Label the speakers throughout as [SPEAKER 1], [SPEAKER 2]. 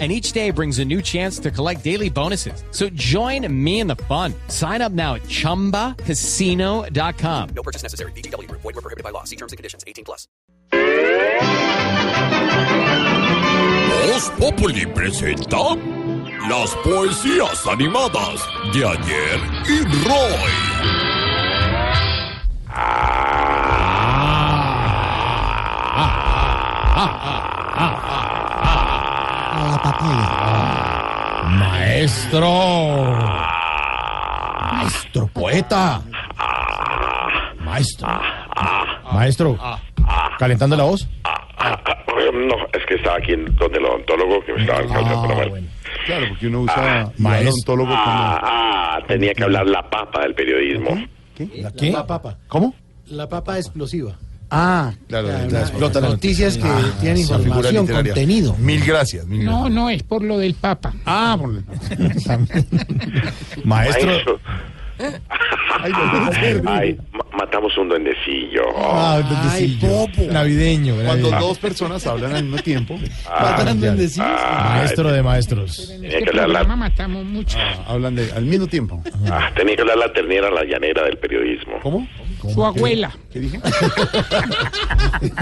[SPEAKER 1] and each day brings a new chance to collect daily bonuses. So join me in the fun. Sign up now at ChumbaCasino.com.
[SPEAKER 2] No purchase necessary. BGW. Void were prohibited by law. See terms and conditions. 18 plus.
[SPEAKER 3] Voz Populi presenta las poesías animadas de ayer y Roy.
[SPEAKER 4] Ah,
[SPEAKER 5] Maestro. Maestro poeta. Maestro. Maestro. ¿Calentando la voz?
[SPEAKER 6] Ah, eh, No, es que estaba aquí en- donde el odontólogo que me
[SPEAKER 4] Ah,
[SPEAKER 6] estaba encontrando con la mano.
[SPEAKER 5] bueno.
[SPEAKER 4] Claro, porque uno usa
[SPEAKER 5] maestro.
[SPEAKER 4] maestro odontólogo como...
[SPEAKER 6] Ah, ah, tenía que hablar la papa del periodismo.
[SPEAKER 5] ¿La qué?
[SPEAKER 7] La papa.
[SPEAKER 4] ¿Cómo?
[SPEAKER 7] La papa explosiva.
[SPEAKER 4] Ah, claro, la- la explota la
[SPEAKER 7] Noticias que tienen
[SPEAKER 4] la figura
[SPEAKER 7] información,
[SPEAKER 4] literaria.
[SPEAKER 7] contenido.
[SPEAKER 4] Mil gracias, mil gracias.
[SPEAKER 8] No, no, es por lo del Papa.
[SPEAKER 4] Ah, por...
[SPEAKER 5] También. Maestro.
[SPEAKER 6] Maestro.
[SPEAKER 4] Ay, no puede ser.
[SPEAKER 6] Ay, ma- matamos un duendecillo.
[SPEAKER 5] Ah, duendecillo.
[SPEAKER 7] popo.
[SPEAKER 5] Navideño.
[SPEAKER 4] Cuando
[SPEAKER 5] navideño.
[SPEAKER 4] dos personas hablan al mismo tiempo,
[SPEAKER 7] Mataron duendecillos.
[SPEAKER 5] Maestro de maestros.
[SPEAKER 8] En
[SPEAKER 6] Eh, que
[SPEAKER 8] este
[SPEAKER 6] hablar la-
[SPEAKER 8] programa matamos mucho.
[SPEAKER 4] hablan de, al mismo tiempo.
[SPEAKER 6] Ah, tenía que hablar la ternera, la llanera del periodismo.
[SPEAKER 4] ¿Cómo?
[SPEAKER 8] Su abuela.
[SPEAKER 4] ¿Qué dije?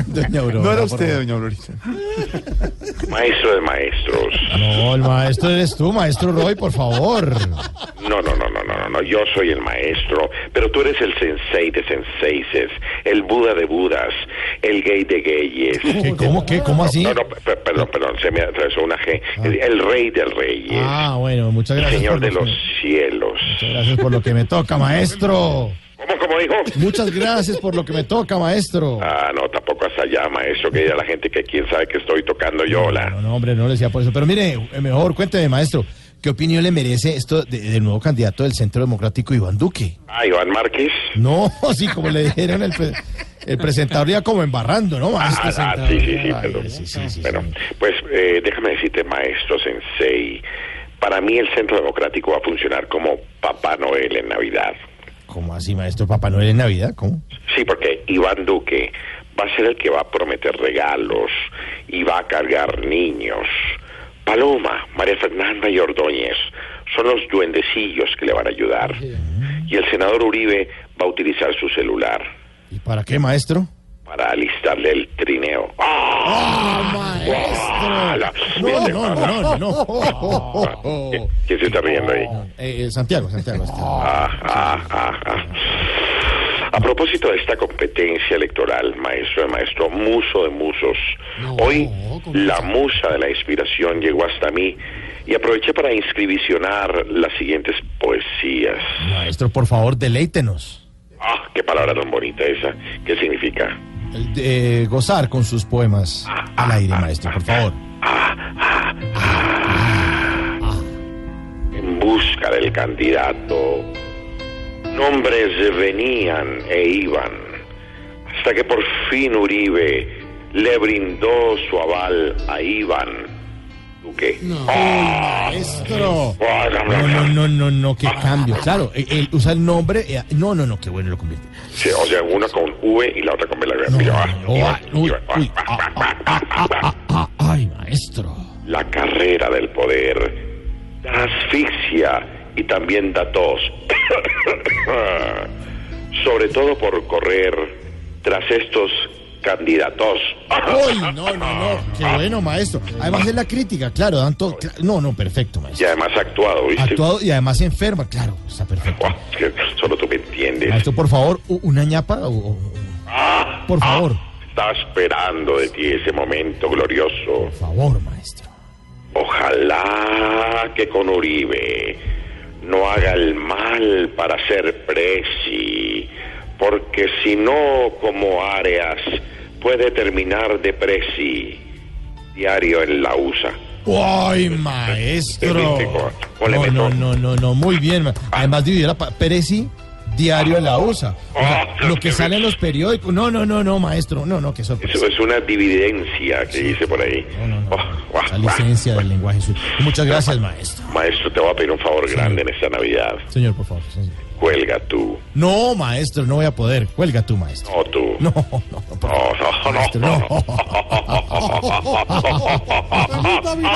[SPEAKER 5] Doña Aurora,
[SPEAKER 4] No era
[SPEAKER 5] por
[SPEAKER 4] usted,
[SPEAKER 5] favor.
[SPEAKER 4] doña Aurorita.
[SPEAKER 6] Maestro de maestros.
[SPEAKER 5] No, el maestro eres tú, maestro Roy, por favor.
[SPEAKER 6] No, no, no, no, no, no, no, yo soy el maestro, pero tú eres el sensei de senseises, el Buda de Budas, el gay de gayes.
[SPEAKER 5] ¿Qué, ¿Cómo qué? ¿Cómo así?
[SPEAKER 6] No, no, per- perdón, perdón, se me atravesó una G.
[SPEAKER 4] Ah.
[SPEAKER 6] El, el rey del reyes,
[SPEAKER 5] Ah, bueno, muchas gracias.
[SPEAKER 6] señor
[SPEAKER 5] por
[SPEAKER 6] de
[SPEAKER 5] lo
[SPEAKER 6] los
[SPEAKER 5] que-
[SPEAKER 6] cielos.
[SPEAKER 5] Muchas gracias por lo que me toca, maestro.
[SPEAKER 6] ¿Cómo, cómo dijo?
[SPEAKER 5] Muchas gracias por lo que me toca, maestro.
[SPEAKER 6] Ah, no, tampoco hasta allá, maestro, que diga la gente que quién sabe que estoy tocando yo
[SPEAKER 5] No,
[SPEAKER 6] la...
[SPEAKER 5] no, hombre, no le decía por eso. Pero mire, eh, mejor cuénteme, maestro, ¿qué opinión le merece esto de- del nuevo candidato del Centro Democrático, Iván Duque?
[SPEAKER 6] Ah, Iván Márquez.
[SPEAKER 5] No, sí, como le dijeron, el, pre- el presentador ya como embarrando, ¿no, maestro?
[SPEAKER 6] Ah, ah, sí, sí, sí,
[SPEAKER 5] Ay,
[SPEAKER 6] perdón.
[SPEAKER 5] sí, sí, sí,
[SPEAKER 6] Bueno,
[SPEAKER 5] sí.
[SPEAKER 6] pues eh, déjame decirte, maestro sensei, para mí el Centro Democrático va a funcionar como Papá Noel en Navidad.
[SPEAKER 5] ¿Cómo así, maestro? Papá Noel en Navidad, ¿cómo?
[SPEAKER 6] Sí, porque Iván Duque va a ser el que va a prometer regalos y va a cargar niños. Paloma, María Fernanda y Ordóñez son los duendecillos que le van a ayudar. Y el senador Uribe va a utilizar su celular
[SPEAKER 5] ¿Y para qué, maestro?
[SPEAKER 6] para alistarle el trineo. ¡Ah! ¡Ah! La-
[SPEAKER 5] No, no, no, no, no.
[SPEAKER 6] Ah, ¿Quién- ¿Quién se está riendo ahí?
[SPEAKER 5] Eh, eh, Santiago, Santiago. Santiago.
[SPEAKER 6] Ah, ah, ah, ah. A propósito de esta competencia electoral, maestro de maestro, muso de musos, hoy la musa de la inspiración llegó hasta mí y aproveché para inscribicionar las siguientes poesías.
[SPEAKER 5] Maestro, por favor, deleítenos.
[SPEAKER 6] Ah, qué palabra tan bonita esa. ¿Qué significa?
[SPEAKER 5] El de, eh, gozar con sus poemas al aire, maestro, por favor.
[SPEAKER 6] En busca del candidato, nombres venían e iban, hasta que por fin Uribe le brindó su aval a Iván Duque.
[SPEAKER 5] Maestro.
[SPEAKER 6] Ah, no, no,
[SPEAKER 5] No, no,
[SPEAKER 6] no.
[SPEAKER 5] no, no, no, qué cambio. Claro, eh, él usa el nombre. eh, no, no, no, qué bueno lo convierte.
[SPEAKER 6] Sí, o sea, una con V y la otra con B larga. Mira, va,
[SPEAKER 5] No,
[SPEAKER 6] y
[SPEAKER 5] no,
[SPEAKER 6] va,
[SPEAKER 5] ah, uy,
[SPEAKER 6] y va, va,
[SPEAKER 5] uy,
[SPEAKER 6] va,
[SPEAKER 5] ah,
[SPEAKER 6] va, va, va, va.
[SPEAKER 5] ah, ah, ay, maestro.
[SPEAKER 6] La carrera del poder da asfixia y también da tos. Sobre todo por correr tras estos candidatos.
[SPEAKER 5] Uy, no, no, no, qué bueno, maestro. Además es la crítica, claro, dan todo- cla- No, no, perfecto,
[SPEAKER 6] Y
[SPEAKER 5] maestro.
[SPEAKER 6] además ha actuado, ¿viste?
[SPEAKER 5] Actuado y además enferma, claro, está perfecto.
[SPEAKER 6] Buah, es que solo tú me entiendes.
[SPEAKER 5] Maestro, por favor, u- una ñapa o- o- Por favor,
[SPEAKER 6] Estaba esperando de ti ese momento glorioso.
[SPEAKER 5] por favor, maestro.
[SPEAKER 6] Ojalá que con Uribe no haga el mal para ser presi, porque si no, como Arias, puede terminar de presi. Diario en la USA.
[SPEAKER 5] ¡Ay, maestro!
[SPEAKER 6] Viste, con- con el
[SPEAKER 5] No, no, no,
[SPEAKER 6] metro.
[SPEAKER 5] no, no, muy bien. ma- Además dividió la pa- Peresi diario en la USA. O sea,
[SPEAKER 6] Ah,
[SPEAKER 5] lo que
[SPEAKER 6] qué
[SPEAKER 5] sale en los periódicos. No, no, no, no, maestro. No, no, qué
[SPEAKER 6] Eso
[SPEAKER 5] sorpresa.
[SPEAKER 6] es una dividencia que dice por ahí.
[SPEAKER 5] No, no, no.
[SPEAKER 6] Oh, guau,
[SPEAKER 5] La
[SPEAKER 6] guau.
[SPEAKER 5] licencia del lenguaje suyo. Muchas gracias, maestro.
[SPEAKER 6] Maestro, te voy a pedir un favor grande en esta Navidad.
[SPEAKER 5] Señor, por favor. señor.
[SPEAKER 6] Cuelga tú.
[SPEAKER 5] No, maestro, no voy a poder. Cuelga tú, maestro.
[SPEAKER 6] No tú.
[SPEAKER 5] No, no, no. por favor,
[SPEAKER 6] No, no,
[SPEAKER 5] maestro,
[SPEAKER 6] no.
[SPEAKER 5] no.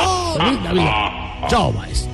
[SPEAKER 6] Ah.
[SPEAKER 5] Chao, maestro.